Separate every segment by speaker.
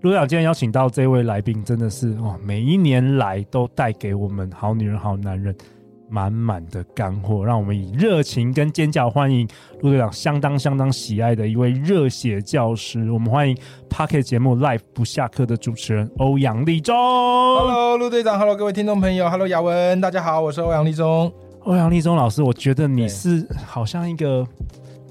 Speaker 1: 陆队长今天邀请到这位来宾，真的是哦，每一年来都带给我们好女人、好男人满满的干货，让我们以热情跟尖叫欢迎陆队长相当相当喜爱的一位热血教师。我们欢迎 Pocket 节目 Live 不下课的主持人欧阳立中。
Speaker 2: Hello，陆队长，Hello，各位听众朋友，Hello，雅文，大家好，我是欧阳立中。
Speaker 1: 欧阳立中老师，我觉得你
Speaker 2: 对
Speaker 1: 是好像一个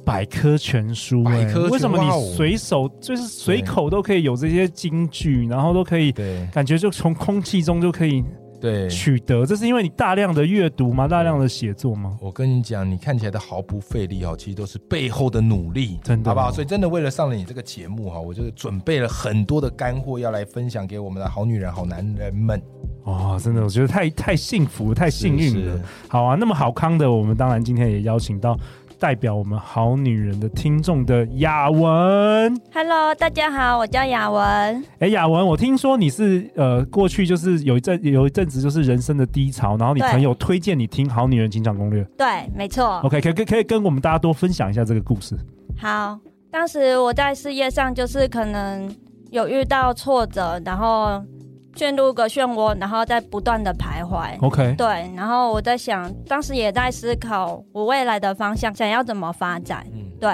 Speaker 1: 百科全书、欸，
Speaker 2: 百科全
Speaker 1: 为什么
Speaker 2: 哇哦
Speaker 1: 你随手就是随口都可以有这些金句，然后都可以
Speaker 2: 对
Speaker 1: 感觉就从空气中就可以
Speaker 2: 对，
Speaker 1: 取得？这是因为你大量的阅读吗？大量的写作吗？
Speaker 2: 我跟你讲，你看起来的毫不费力哦，其实都是背后的努力，
Speaker 1: 真的哦
Speaker 2: 好不好？所以真的为了上了你这个节目哈、我就是准备了很多的干货要来分享给我们的好女人、好男人们。
Speaker 1: 哦，真的，我觉得太太幸福、太幸运了
Speaker 2: 是是。
Speaker 1: 好啊，那么好康的，我们当然今天也邀请到代表我们好女人的听众的雅文。
Speaker 3: Hello，大家好，我叫雅文。
Speaker 1: 哎，雅文，我听说你是呃，过去就是有一阵有一阵子就是人生的低潮，然后你
Speaker 3: 对哦
Speaker 1: 朋友推荐你听《好女人情场攻略》
Speaker 3: 对，没错。
Speaker 1: OK，可可可以跟我们大家多分享一下这个故事。
Speaker 3: 好，当时我在事业上就是可能有遇到挫折，然后陷入个漩涡，然后再不断的徘徊。
Speaker 1: OK，
Speaker 3: 对，然后我在想，当时也在思考我未来的方向，想要怎么发展。
Speaker 2: 嗯，
Speaker 3: 对，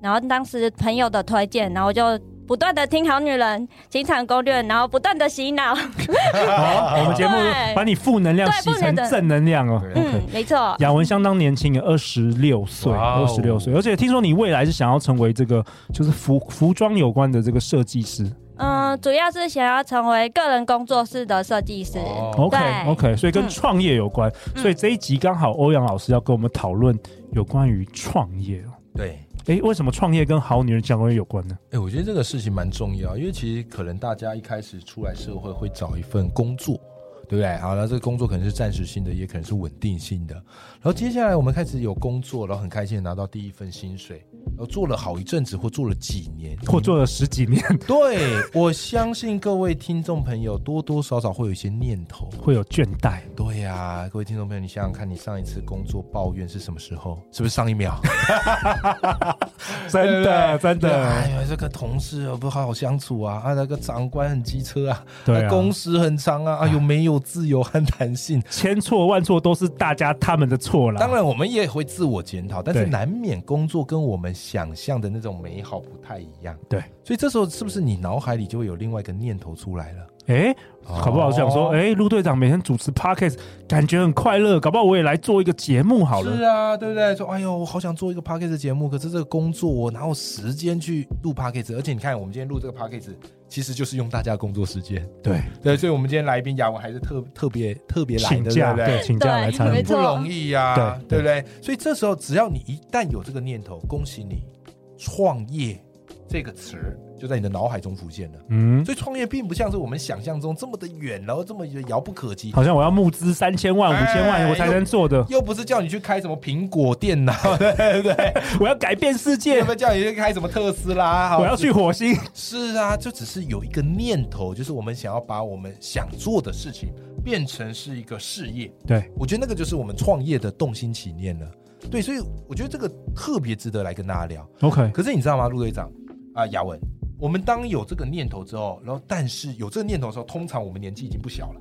Speaker 3: 然后当时朋友的推荐，然后就不断的听《好女人情场攻略》，然后不断的洗脑。
Speaker 1: 好，我们节目
Speaker 3: 对
Speaker 1: 把你负能量
Speaker 3: 对
Speaker 1: 洗
Speaker 3: 负能
Speaker 1: 成
Speaker 3: 量
Speaker 1: 正能量哦。
Speaker 2: 对
Speaker 1: OK，
Speaker 3: 嗯，没错。
Speaker 1: 雅文相当年轻，二十六岁，
Speaker 2: 哇
Speaker 1: 二
Speaker 2: 哦
Speaker 1: 十六岁，而且听说你未来是想要成为这个就是服服装有关的这个设计师。
Speaker 3: 嗯，主要是想要成为个人工作室的设计师。
Speaker 2: 哦，
Speaker 1: OK
Speaker 3: 对
Speaker 1: OK，所以跟
Speaker 3: 嗯
Speaker 1: 创业有关，
Speaker 3: 嗯
Speaker 1: 所以这一集刚好欧阳老师要跟我们讨论有关于创业哦。
Speaker 2: 对。
Speaker 1: 诶，为什么创业跟好女人相关有关呢？
Speaker 2: 哎、我觉得这个事情蛮重要，因为其实可能大家一开始出来社会会找一份工作，对不对？好，那这个工作可能是暂时性的，也可能是稳定性的。然后接下来我们开始有工作，然后很开心的拿到第一份薪水，然后做了好一阵子，或做了几年，
Speaker 1: 我做了十几年，
Speaker 2: 对，我相信各位听众朋友多多少少会有一些念头。
Speaker 1: 会有倦怠。
Speaker 2: 对呀、各位听众朋友，你想想看，你上一次工作抱怨是什么时候？是不是上一秒？
Speaker 1: 真的，真
Speaker 2: 对，
Speaker 1: 的
Speaker 2: 哎，呀，这个同事哦不好好相处啊，啊，那个长官很机车啊，
Speaker 1: 对啊
Speaker 2: 啊工时很长啊，啊，有没有自由和 弹性？
Speaker 1: 千错万错都是大家他们的错啦。
Speaker 2: 当，然，我们也会自我检讨，但是
Speaker 1: 对
Speaker 2: 难免工作跟我们想象的那种美好不太一样。
Speaker 1: 对，
Speaker 2: 所以这时候是不是你脑海里就会有另外一个念头出来了？
Speaker 1: 诶，搞不好想说，哎
Speaker 2: 哦
Speaker 1: 诶，陆队长每天主持 podcast，感觉很快乐，搞不好我也来做一个节目好
Speaker 2: 是
Speaker 1: 了。
Speaker 2: 啊，对不对？说，哎呦，我好想做一个 p a c k a g e 节目，可是这个工作我哪有时间去录 p a c k a g e 而且你看，我们今天录这个 p a c k a g e 其实就是用大家的工作时间。
Speaker 1: 对，
Speaker 2: 对，所以我们今天来宾雅文还是特特别特别来
Speaker 1: 请
Speaker 2: 的，
Speaker 1: 假，
Speaker 2: 对不对？
Speaker 1: 请假
Speaker 3: 对
Speaker 1: 来参
Speaker 3: 没
Speaker 1: 与
Speaker 2: 很
Speaker 3: 错。
Speaker 2: 不容易呀、
Speaker 1: 对
Speaker 2: 对不对？所以这时候，只要你一旦有这个念头，恭喜你，创业这个词儿就在你的脑海中浮现了。
Speaker 1: 嗯，
Speaker 2: 所以创业并不像是我们想象中这么的远，然后这么的遥不可及。
Speaker 1: 好像我要募资三千万、五千万，
Speaker 2: 哎
Speaker 1: 我才能做的。
Speaker 2: 又不是叫你去开什么苹果电脑， 对不对？
Speaker 1: 我要改变世界
Speaker 2: 又不，是叫你去开什么特斯拉，啊好
Speaker 1: 我要去火星。
Speaker 2: 是啊，就只是有一个念头，就是我们想要把我们想做的事情变成是一个事业。
Speaker 1: 对，
Speaker 2: 我觉得那个就是我们创业的动心起念了。对，所以我觉得这个特别值得来跟大家聊。
Speaker 1: OK，
Speaker 2: 可是你知道吗，陆队长啊，雅文，我们当有这个念头之后，然后但是有这个念头的时候，通常我们年纪已经不小了。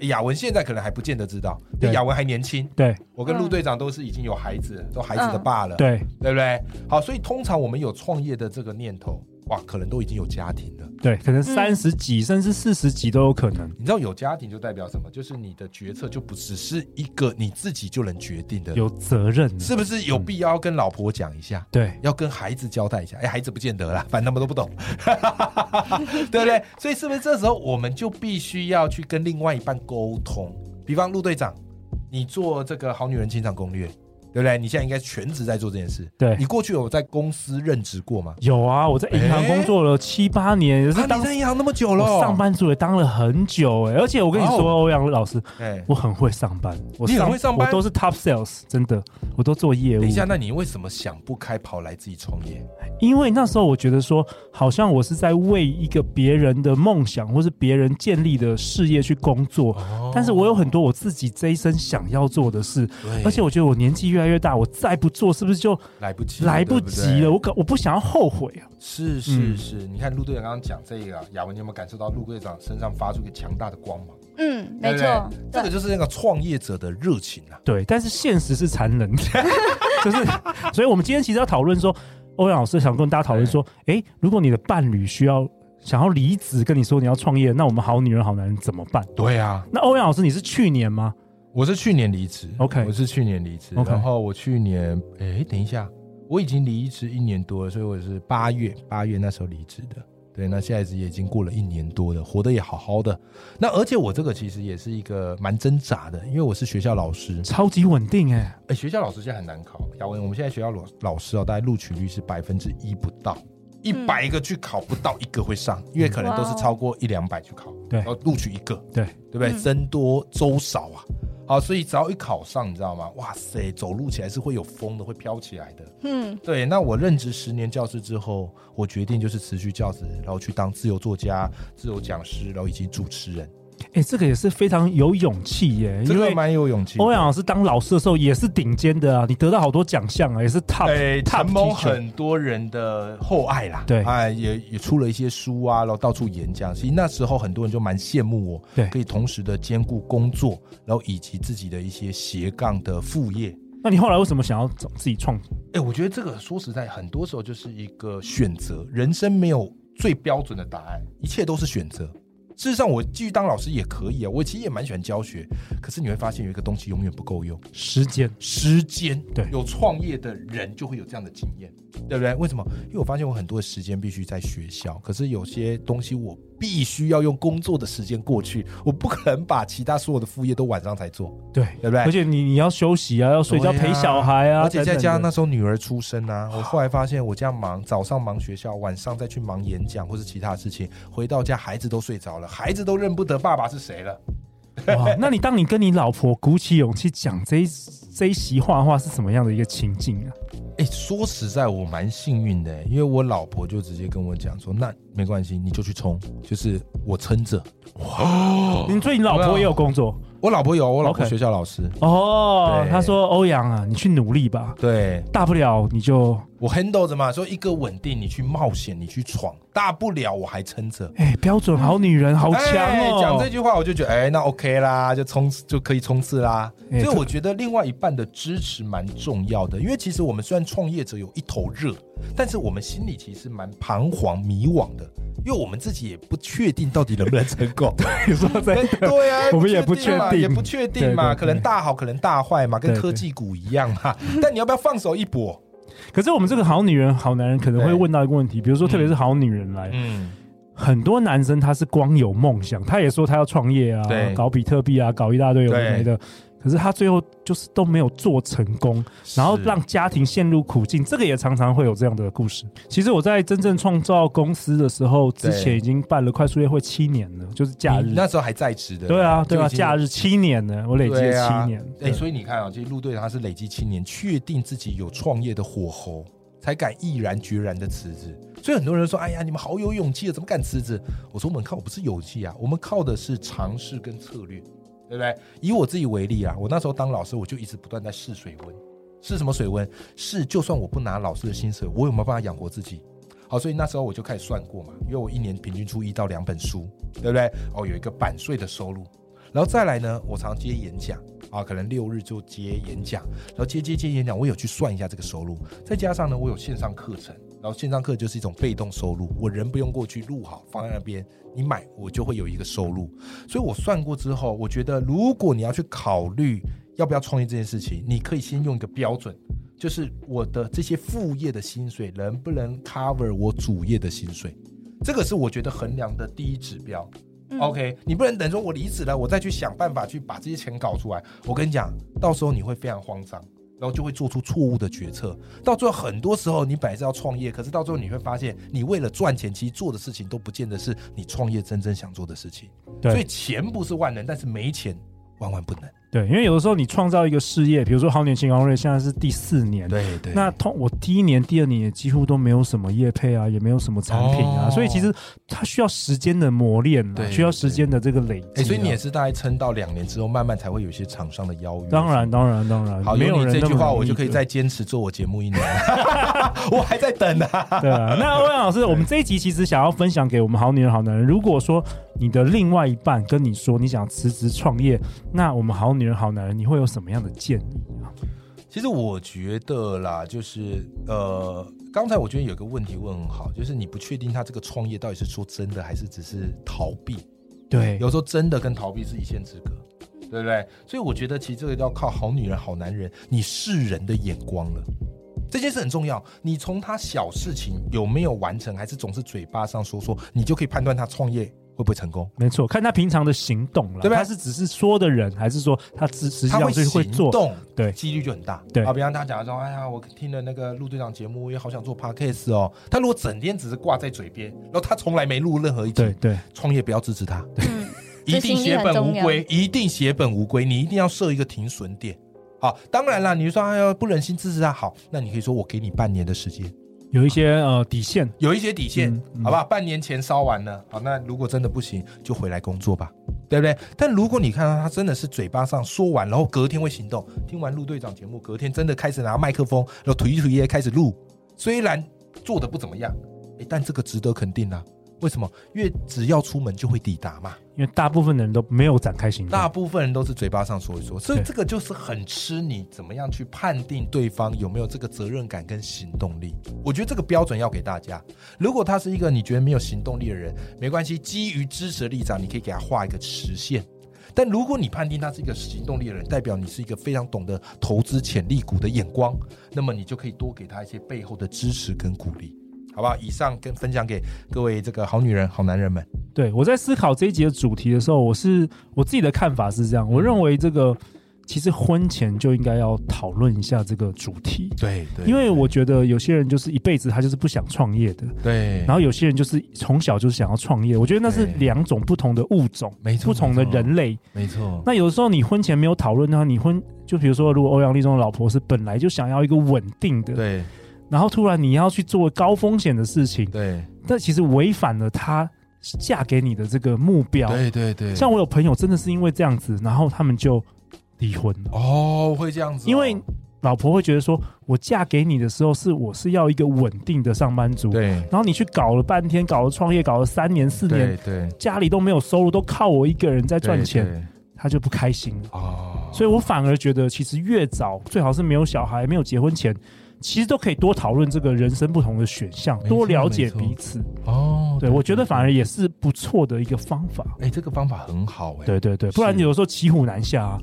Speaker 2: 诶雅文现在可能还不见得知道，因
Speaker 1: 对
Speaker 2: 为雅文还年轻。
Speaker 1: 对
Speaker 2: 我跟
Speaker 3: 嗯
Speaker 2: 陆队长都是已经有孩子了，都孩子的
Speaker 3: 嗯
Speaker 2: 爸了。
Speaker 1: 对
Speaker 2: 对不对？好，所以通常我们有创业的这个念头，哇，可能都已经有家庭了。
Speaker 1: 对，可能
Speaker 3: 嗯
Speaker 1: 三十几甚至四十几都有可能。
Speaker 2: 你知道有家庭就代表什么？就是你的决策就不只是一个你自己就能决定的，
Speaker 1: 有责任啊的，
Speaker 2: 是不是有必要跟老婆讲一下？
Speaker 1: 对
Speaker 2: 要跟孩子交代一下，哎，孩子不见得啦，反正他们都不懂， 对不
Speaker 1: 嗯
Speaker 2: 对？所以是不是这时候我们就必须要去跟另外一半沟通？比方陆队长，你做这个《好女人情场攻略》，对不对？你现在应该全职在做这件事。
Speaker 1: 对
Speaker 2: 你过去有在公司任职过吗？
Speaker 1: 有啊，我在银行工作了七八年，也
Speaker 2: 啊，
Speaker 1: 是当
Speaker 2: 你在银行那么久了哦，
Speaker 1: 我上班族也当了很久哎、而且我跟你说，
Speaker 2: 哇
Speaker 1: 欧阳老师，
Speaker 2: 哎。
Speaker 1: 我很会上班，我
Speaker 2: 哦你很会上班
Speaker 1: 我都是 top sales，真的，我都做业务
Speaker 2: 等一。下，那你为什么想不开跑来自己创业？
Speaker 1: 因为那时候我觉得说，好像我是在为一个别人的梦想或是别人建立的事业去工作，
Speaker 2: 哦
Speaker 1: 但是我有很多我自己这一生想要做的事，
Speaker 2: 对
Speaker 1: 而且我觉得我年纪越来越大，我再不做是不是就
Speaker 2: 哎来不及，
Speaker 1: 来不
Speaker 2: 对不
Speaker 1: 及
Speaker 2: 对
Speaker 1: 了？我可我不想要后悔啊！
Speaker 2: 是是是，你看陆队长刚刚讲这个啊，雅文，你有没有感受到陆队长身上发出一个强大的光芒？
Speaker 3: 嗯，没
Speaker 2: 对
Speaker 3: 错
Speaker 2: 不对，这
Speaker 3: 对
Speaker 2: 个就是那个创业者的热情啊。
Speaker 1: 对，但是现实是残忍的， 就是，所以我们今天其实要讨论说，欧阳老师想跟大家讨论说，诶，如果你的伴侣需要想要离职，跟你说你要创业，那我们好女人好男人怎么办？
Speaker 2: 对啊，
Speaker 1: 那欧阳老师，你是去年吗？
Speaker 2: 我是去年离职
Speaker 1: OK
Speaker 2: 我是去年离职
Speaker 1: OK
Speaker 2: 然后我去年，哎，等一下，我已经离职一年多了，所以我是八月八月那时候离职的。对，那现在也已经过了一年多了，活得也好好的。那而且我这个其实也是一个蛮挣扎的，因为我是学校老师，
Speaker 1: 超级稳定哎、
Speaker 2: 哎，学校老师现在很难考。雅文，我们现在学校老老师哦，大概录取率是百分之一不到，一
Speaker 3: 嗯
Speaker 2: 百个去考不到一个会上，因为可能都
Speaker 3: 哦
Speaker 2: 是超过一两百去考，
Speaker 1: 对
Speaker 2: 然后录取一个，
Speaker 1: 对
Speaker 2: 对不对？
Speaker 3: 嗯
Speaker 2: 僧多粥少啊，好，所以只要一考上，你知道吗？哇塞，走路起来是会有风的，会飘起来的。
Speaker 3: 嗯
Speaker 2: 对，那我任职十年教师之后，我决定就是辞去教职，然后去当自由作家、自由讲师，然后以及主持人，
Speaker 1: 诶，这个也是非常有勇气耶、
Speaker 2: 这
Speaker 1: 因
Speaker 2: 个
Speaker 1: 为哦
Speaker 2: 蛮有勇气的。
Speaker 1: 欧阳老师当老师的时候也是顶尖的啊，你得到好多奖项啊，也是 top、
Speaker 2: 哎，
Speaker 1: top
Speaker 2: 承蒙
Speaker 1: teacher
Speaker 2: 很多人的厚爱啦，
Speaker 1: 对
Speaker 2: 哎，也也出了一些书啊，然后到处演讲。其实那时候很多人就蛮羡慕我，
Speaker 1: 对
Speaker 2: 可以同时的兼顾工作，然后以及自己的一些斜杠的副业。
Speaker 1: 那你后来为什么想要走自己创？
Speaker 2: 哎，我觉得这个说实在，很多时候就是一个选择，人生没有最标准的答案，一切都是选择。事实上，我继续当老师也可以啊，我其实也蛮喜欢教学。可是你会发现，有一个东西永远不够用，
Speaker 1: 时间
Speaker 2: 时间，
Speaker 1: 对
Speaker 2: 有创业的人就会有这样的经验，对不对？为什么？因为我发现我很多的时间必须在学校，可是有些东西我必须要用工作的时间过去，我不可能把其他所有的副业都晚上才做，
Speaker 1: 对，
Speaker 2: 对不对？
Speaker 1: 而且你你要休息啊，要睡觉
Speaker 2: 对啊
Speaker 1: 陪小孩啊，
Speaker 2: 而且再加
Speaker 1: 等等
Speaker 2: 上
Speaker 1: 的
Speaker 2: 那时候女儿出生啊，我后来发现我这样忙，早上忙学校，晚上再去忙演讲或是其他事情，回到家孩子都睡着了，孩子都认不得爸爸是谁了。
Speaker 1: 哇，那你当你跟你老婆鼓起勇气讲这一这一席话的话，是什么样的一个情境啊？
Speaker 2: 哎、说实在，我蛮幸运的、因为我老婆就直接跟我讲说，那没关系，你就去冲，就是我撑着。哦
Speaker 1: 你所以你老婆也有工作
Speaker 2: 我老婆有，我老婆
Speaker 1: OK
Speaker 2: 学校老师
Speaker 1: 哦。
Speaker 2: 对
Speaker 1: 她说：“欧阳啊，你去努力吧，
Speaker 2: 对
Speaker 1: 大不了你就
Speaker 2: 我 handle 着嘛，说一个稳定，你去冒险，你去闯，大不了我还撑着。
Speaker 1: 哎、标准好女人好强
Speaker 2: 哎
Speaker 1: 哦。
Speaker 2: 讲这句话我就觉得，哎、那 OK 啦，就冲就可以冲刺啦。
Speaker 1: 哎
Speaker 2: 所以
Speaker 1: 这
Speaker 2: 我觉得另外一半的支持蛮重要的，因为其实我们虽然创业者有一头热，但是我们心里其实蛮彷徨、迷惘的，因为我们自己也不确定到底能不能成功。
Speaker 1: 你说真的，
Speaker 2: 对啊，
Speaker 1: 我们也不
Speaker 2: 不嘛
Speaker 1: 确定
Speaker 2: 也不确定
Speaker 1: 对
Speaker 2: 嘛，
Speaker 1: 对对
Speaker 2: 可能大好，可能大坏嘛，跟
Speaker 1: 对对
Speaker 2: 科技股一样嘛。 但你要不要放手一搏？
Speaker 1: 可是我们这个好女人好男人可能会
Speaker 2: 对
Speaker 1: 问到一个问题，比如说特别是好女人来，
Speaker 2: 嗯，
Speaker 1: 很多男生他是光有梦想，他也说他要创业啊
Speaker 2: 对，
Speaker 1: 搞比特币啊，搞一大堆有的没的，可是他最后就是都没有做成功，然后
Speaker 2: 是
Speaker 1: 让家庭陷入苦境，这个也常常会有这样的故事。其实我在真正创造公司的时候，之前已经办了快速约会七年了，哎就是假
Speaker 2: 你
Speaker 1: 日。
Speaker 2: 那时候还在职的，
Speaker 1: 对啊，对
Speaker 2: 就
Speaker 1: 啊，
Speaker 2: 已经
Speaker 1: 假日七年了，我累积
Speaker 2: 对
Speaker 1: 了
Speaker 2: 啊
Speaker 1: 七年。
Speaker 2: 哎、
Speaker 1: 对
Speaker 2: 所以你看啊，其实陆队长他是累积七年，确定自己有创业的火候，才敢毅然决然的辞职。所以很多人说：“哎呀，你们好有勇气啊，怎么敢辞职？”我说：“我们靠不是勇气啊，我们靠的是尝试跟策略，对不对？”以我自己为例啊，我那时候当老师，我就一直不断在试水温，试什么水温？试就算我不拿老师的薪水，我有没有办法养活自己？好，所以那时候我就开始算过嘛，因为我一年平均出一到两本书，对不对？哦，有一个版税的收入，然后再来呢，我常接演讲啊，可能六日就接演讲，然后接接接演讲，我有去算一下这个收入，再加上呢，我有线上课程，然后线上课就是一种被动收入，我人不用过去录好放在那边，你买我就会有一个收入，所以我算过之后，我觉得如果你要去考虑要不要创业这件事情，你可以先用一个标准。就是我的这些副业的薪水能不能 cover 我主业的薪水，这个是我觉得衡量的第一指标。
Speaker 3: 嗯
Speaker 2: OK，你不能等说我离职了，我再去想办法去把这些钱搞出来。我跟你讲，到时候你会非常慌张。然后就会做出错误的决策。到最后，很多时候你本来是要创业，可是到最后你会发现，你为了赚钱，其实做的事情都不见得是你创业真正想做的事情。
Speaker 1: 对
Speaker 2: 所以钱不是万能，但是没钱万万不能。
Speaker 1: 对，啊因为有的时候你创造一个事业，比如说好年轻王瑞现在是第四年，
Speaker 2: 对对
Speaker 1: 那通我第一年、第二年也几乎都没有什么业配啊，也没有什么产品啊，
Speaker 2: 哦
Speaker 1: 所以其实它需要时间的磨练啊，
Speaker 2: 对
Speaker 1: 需要时间的这个累积啊、
Speaker 2: 哎、所以你也是大概撑到两年之后，慢慢才会有一些厂商的邀约。
Speaker 1: 当然，当然，当然，
Speaker 2: 好，
Speaker 1: 没
Speaker 2: 有
Speaker 1: 有
Speaker 2: 你
Speaker 1: 人
Speaker 2: 这
Speaker 1: 那
Speaker 2: 句
Speaker 1: 么
Speaker 2: 话，
Speaker 1: 容
Speaker 2: 我
Speaker 1: 易
Speaker 2: 就可以
Speaker 1: 对
Speaker 2: 再坚持做我节目一年。 我还在等呢、啊。
Speaker 1: 对啊， 那欧阳老师，我们这一集其实想要分享给我们好女人、好男人。如果说你的另外一半跟你说你想辞职创业，那我们好女人、好男人，你会有什么样的建议啊？
Speaker 2: 其实我觉得啦，就是呃，刚才我觉得有个问题问很好，就是你不确定他这个创业到底是说真的还是只是逃避，
Speaker 1: 对，
Speaker 2: 有时候真的跟逃避是一线之隔，对不对？所以我觉得其实这个要靠好女人、好男人，你是人的眼光了。这件事很重要，你从他小事情有没有完成，还是总是嘴巴上说说，你就可以判断他创业会不会成功。
Speaker 1: 没错，看他平常的行动了，
Speaker 2: 对吧啊
Speaker 1: 他是只是说的人，还是说他实实际
Speaker 2: 他
Speaker 1: 上
Speaker 2: 会
Speaker 1: 是会
Speaker 2: 行
Speaker 1: 做？
Speaker 2: 动，
Speaker 1: 对
Speaker 2: 几率就很大。
Speaker 1: 对
Speaker 2: 啊，比方他讲说，哎呀，我听了那个陆队长节目，我也好想做 podcast 哦。他如果整天只是挂在嘴边，然后他从来没录任何一
Speaker 1: 对
Speaker 2: 集，
Speaker 1: 对，
Speaker 2: 创业不要支持他，
Speaker 3: 嗯，
Speaker 2: 一
Speaker 3: 执行
Speaker 2: 定
Speaker 3: 力
Speaker 2: 血
Speaker 3: 很
Speaker 2: 本
Speaker 3: 重
Speaker 2: 无
Speaker 3: 要
Speaker 2: 归，一定血本无归，你一定要设一个停损点。好，当然啦，你说哎呀不忍心支持他，好，那你可以说我给你半年的时间，
Speaker 1: 有一些呃底线，
Speaker 2: 有一些底线，
Speaker 1: 嗯嗯
Speaker 2: 好不好？半年前烧完了，好，那如果真的不行，就回来工作吧，对不对？但如果你看到他真的是嘴巴上说完，然后隔天会行动，听完陆队长节目，隔天真的开始拿麦克风，然后腿一腿也开始录，虽然做的不怎么样，诶但这个值得肯定啊。为什么？因为只要出门就会抵达嘛。
Speaker 1: 因为大部分的人都没有展开行动
Speaker 2: 大。部分人都是嘴巴上说一说，所以
Speaker 1: 对
Speaker 2: 这个就是很吃你怎么样去判定对方有没有这个责任感跟行动力。我觉得这个标准要给大家。如果他是一个你觉得没有行动力的人，没关系，基于支持的立场，你可以给他画一个时限。但如果你判定他是一个行动力的人，代表你是一个非常懂得投资潜力股的眼光，那么你就可以多给他一些背后的支持跟鼓励，好不好？以上跟分享给各位这个好女人、好男人们。
Speaker 1: 对我在思考这一集的主题的时候，我是我自己的看法是这样，我认为这个其实婚前就应该要讨论一下这个主题。
Speaker 2: 对对
Speaker 1: 因为我觉得有些人就是一辈子他就是不想创业的，
Speaker 2: 对，
Speaker 1: 然后有些人就是从小就是想要创业。我觉得那是
Speaker 2: 对
Speaker 1: 两种不同的物种，
Speaker 2: 没错
Speaker 1: 不同的
Speaker 2: 没错
Speaker 1: 人类。
Speaker 2: 没错，
Speaker 1: 那有时候你婚前没有讨论的话，你婚就比如说，如果欧阳立中的老婆是本来就想要一个稳定的，
Speaker 2: 对
Speaker 1: 然后突然你要去做高风险的事情，
Speaker 2: 对。
Speaker 1: 但其实违反了她嫁给你的这个目标。
Speaker 2: 对对对，
Speaker 1: 像我有朋友真的是因为这样子，然后他们就离婚了。
Speaker 2: 哦会这样子哦、
Speaker 1: 因为老婆会觉得说，我嫁给你的时候是我是要一个稳定的上班族，
Speaker 2: 对
Speaker 1: 然后你去搞了半天，搞了创业，搞了三年四
Speaker 2: 对
Speaker 1: 年，
Speaker 2: 对
Speaker 1: 家里都没有收入，都靠我一个人在
Speaker 2: 对
Speaker 1: 赚钱，
Speaker 2: 对
Speaker 1: 他就不开心了。
Speaker 2: 哦，
Speaker 1: 所以我反而觉得，其实越早最好是没有小孩、没有结婚前，其实都可以多讨论这个人生不同的选项，
Speaker 2: 没错
Speaker 1: 多了解
Speaker 2: 没错
Speaker 1: 彼此。
Speaker 2: 哦，
Speaker 1: 对我觉得反而也是不错的一个方法。
Speaker 2: 哎、这个方法很好哎、
Speaker 1: 对对对，不然
Speaker 2: 是
Speaker 1: 你有时候骑虎难下、啊。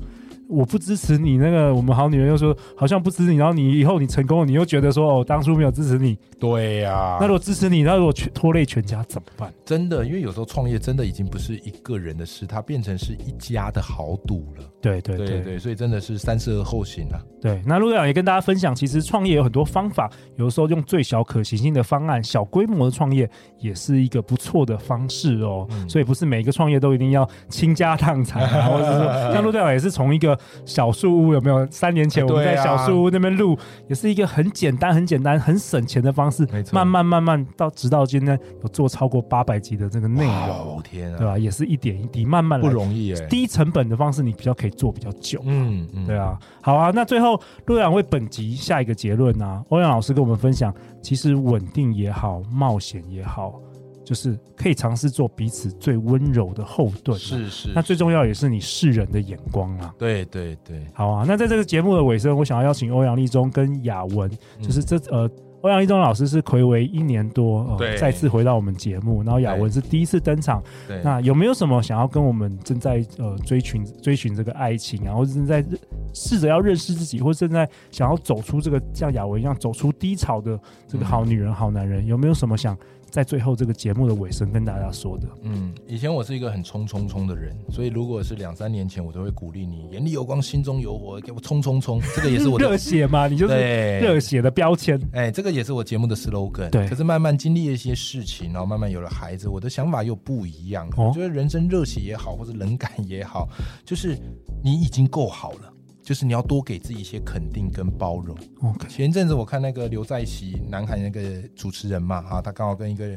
Speaker 1: 我不支持你那个，我们好女人又说好像不支持你，然后你以后你成功了，你又觉得说哦，当初没有支持你，
Speaker 2: 对呀、
Speaker 1: 那如果支持你，那如果全拖累全家怎么办？
Speaker 2: 真的，因为有时候创业真的已经不是一个人的事，它变成是一家的豪赌了。
Speaker 1: 对对对
Speaker 2: 对对，所以真的是三思而后行啊。
Speaker 1: 对，那陆队长也跟大家分享，其实创业有很多方法，有的时候用最小可行性的方案，小规模的创业也是一个不错的方式哦。
Speaker 2: 嗯
Speaker 1: 所以不是每一个创业都一定要倾家荡产啊，或者是 说，像陆队长也是从一个小树屋，有没有？三年前我们在
Speaker 2: 对啊
Speaker 1: 小树屋那边录，也是一个很简单、很简单、很省钱的方式
Speaker 2: 没，错
Speaker 1: 慢慢慢慢到直到今天有做超过八百集的这个内容，
Speaker 2: 哇，天
Speaker 1: 对
Speaker 2: 啊，
Speaker 1: 吧？也是一点一滴慢慢来
Speaker 2: 不容易哎、
Speaker 1: 低成本的方式，你比较可以做比较久。
Speaker 2: 嗯嗯，
Speaker 1: 对啊，好啊，那最后陆阳为本集下一个结论啊，欧阳老师跟我们分享，其实稳定也好，冒险也好，就是可以尝试做彼此最温柔的后盾、，啊
Speaker 2: 是是，
Speaker 1: 那最重要也是你世人的眼光啊。
Speaker 2: 对对对，
Speaker 1: 好啊，那在这个节目的尾声，我想要邀请欧阳立中跟雅文，
Speaker 2: 嗯
Speaker 1: 就是这呃。欧阳立中老师是暌违一年多，呃，
Speaker 2: 对
Speaker 1: 再次回到我们节目，然后雅
Speaker 2: 对
Speaker 1: 文是第一次登场，
Speaker 2: 对
Speaker 1: 那有没有什么想要跟我们正在呃追寻追寻这个爱情啊，或者正在认试着要认识自己，或正在想要走出这个像雅文一样走出低潮的这个好女人、好男人，有没有什么想在最后这个节目的尾声跟大家说的。
Speaker 2: 嗯，以前我是一个很冲冲冲的人，所以如果是两三年前，我都会鼓励你眼里有光，心中有火，给我冲冲冲，这个也是 我
Speaker 1: 热
Speaker 2: 的。
Speaker 1: 血嘛，你就是
Speaker 2: 嗯对
Speaker 1: 热血的标签。
Speaker 2: 哎，这个也是我节目的 slogan。
Speaker 1: 对
Speaker 2: 可是慢慢经历了一些事情，然后慢慢有了孩子，我的想法又不一样了。
Speaker 1: 哦
Speaker 2: 我觉得人生热血也好，或者冷感也好，就是你已经够好了，就是你要多给自己一些肯定跟包容。
Speaker 1: OK，
Speaker 2: 前阵子我看那个刘在熙，南韩那个主持人嘛，啊，他刚好跟一个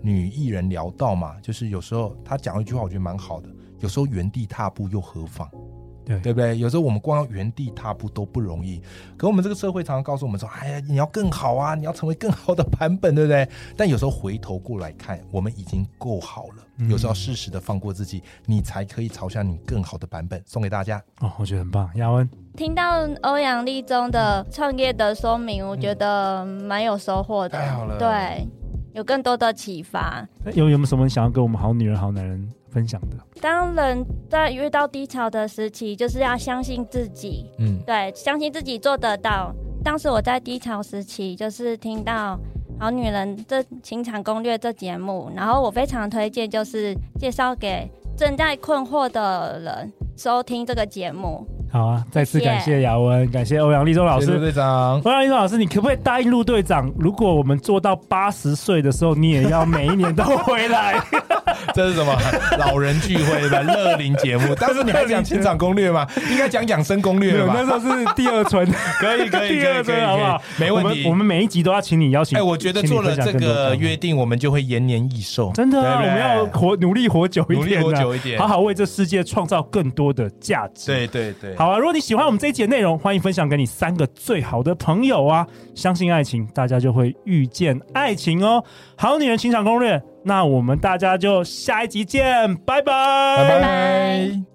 Speaker 2: 女艺人聊到嘛，就是有时候他讲一句话，我觉得蛮好的，有时候原地踏步又何妨，
Speaker 1: 对
Speaker 2: 对不对？有时候我们光要原地踏步都不容易，可我们这个社会常常告诉我们说，哎呀，你要更好啊，你要成为更好的版本，对不对？但有时候回头过来看，我们已经够好了，
Speaker 1: 嗯
Speaker 2: 有时候要适时的放过自己，你才可以朝向你更好的版本。送给大家，
Speaker 1: 哦，我觉得很棒，亚文。
Speaker 3: 听到欧阳立中的创业的说明，我觉得蛮有收获的
Speaker 2: 太好了，
Speaker 3: 对，有更多的启发。
Speaker 1: 那有有没有什么想要跟我们好女人、好男人分享的？
Speaker 3: 当人在遇到低潮的时期，就是要相信自己，
Speaker 2: 嗯，
Speaker 3: 对，相信自己做得到。当时我在低潮时期，就是听到《好女人》这《情场攻略》这节目，然后我非常推荐，就是介绍给正在困惑的人收听这个节目。
Speaker 1: 好啊，再次
Speaker 3: 谢谢
Speaker 1: 感谢亚文，感谢欧阳立中老
Speaker 2: 谢谢陆
Speaker 1: 师。
Speaker 2: 队 长。
Speaker 1: 欧阳立中老师，你可不可以答应陆队长，如果我们做到八十岁的时候，你也要每一年都回 来？
Speaker 2: 这是 什么老人聚会吧？乐龄节目，当时你还讲情场攻略吗？应该讲养生攻略
Speaker 1: 没有，
Speaker 2: 了吧
Speaker 1: 那？时候是第二春，
Speaker 2: 可以可以
Speaker 1: 第
Speaker 2: 可以
Speaker 1: 二
Speaker 2: 可以，
Speaker 1: 春好不好？
Speaker 2: 没问题。
Speaker 1: 我们我们每一集都要请你邀请。
Speaker 2: 哎，我觉得
Speaker 1: 请你
Speaker 2: 做了
Speaker 1: 分享
Speaker 2: 这
Speaker 1: 更多
Speaker 2: 个
Speaker 1: 干货
Speaker 2: 约定，我们就会延年益寿。
Speaker 1: 真的啊，我
Speaker 2: 对不
Speaker 1: 们
Speaker 2: 对
Speaker 1: 要活努力活久一
Speaker 2: 努力
Speaker 1: 点、啊，
Speaker 2: 活久一点
Speaker 1: 好好为这世界创造更多的价值。
Speaker 2: 对对对，
Speaker 1: 好啊！如果你喜欢我们这一节内容，欢迎分享给你三个最好的朋友啊！相信爱情，大家就会遇见爱情哦。好女人情场攻略，那我们大家就下一集见，拜拜
Speaker 2: 拜
Speaker 3: 拜
Speaker 2: 拜。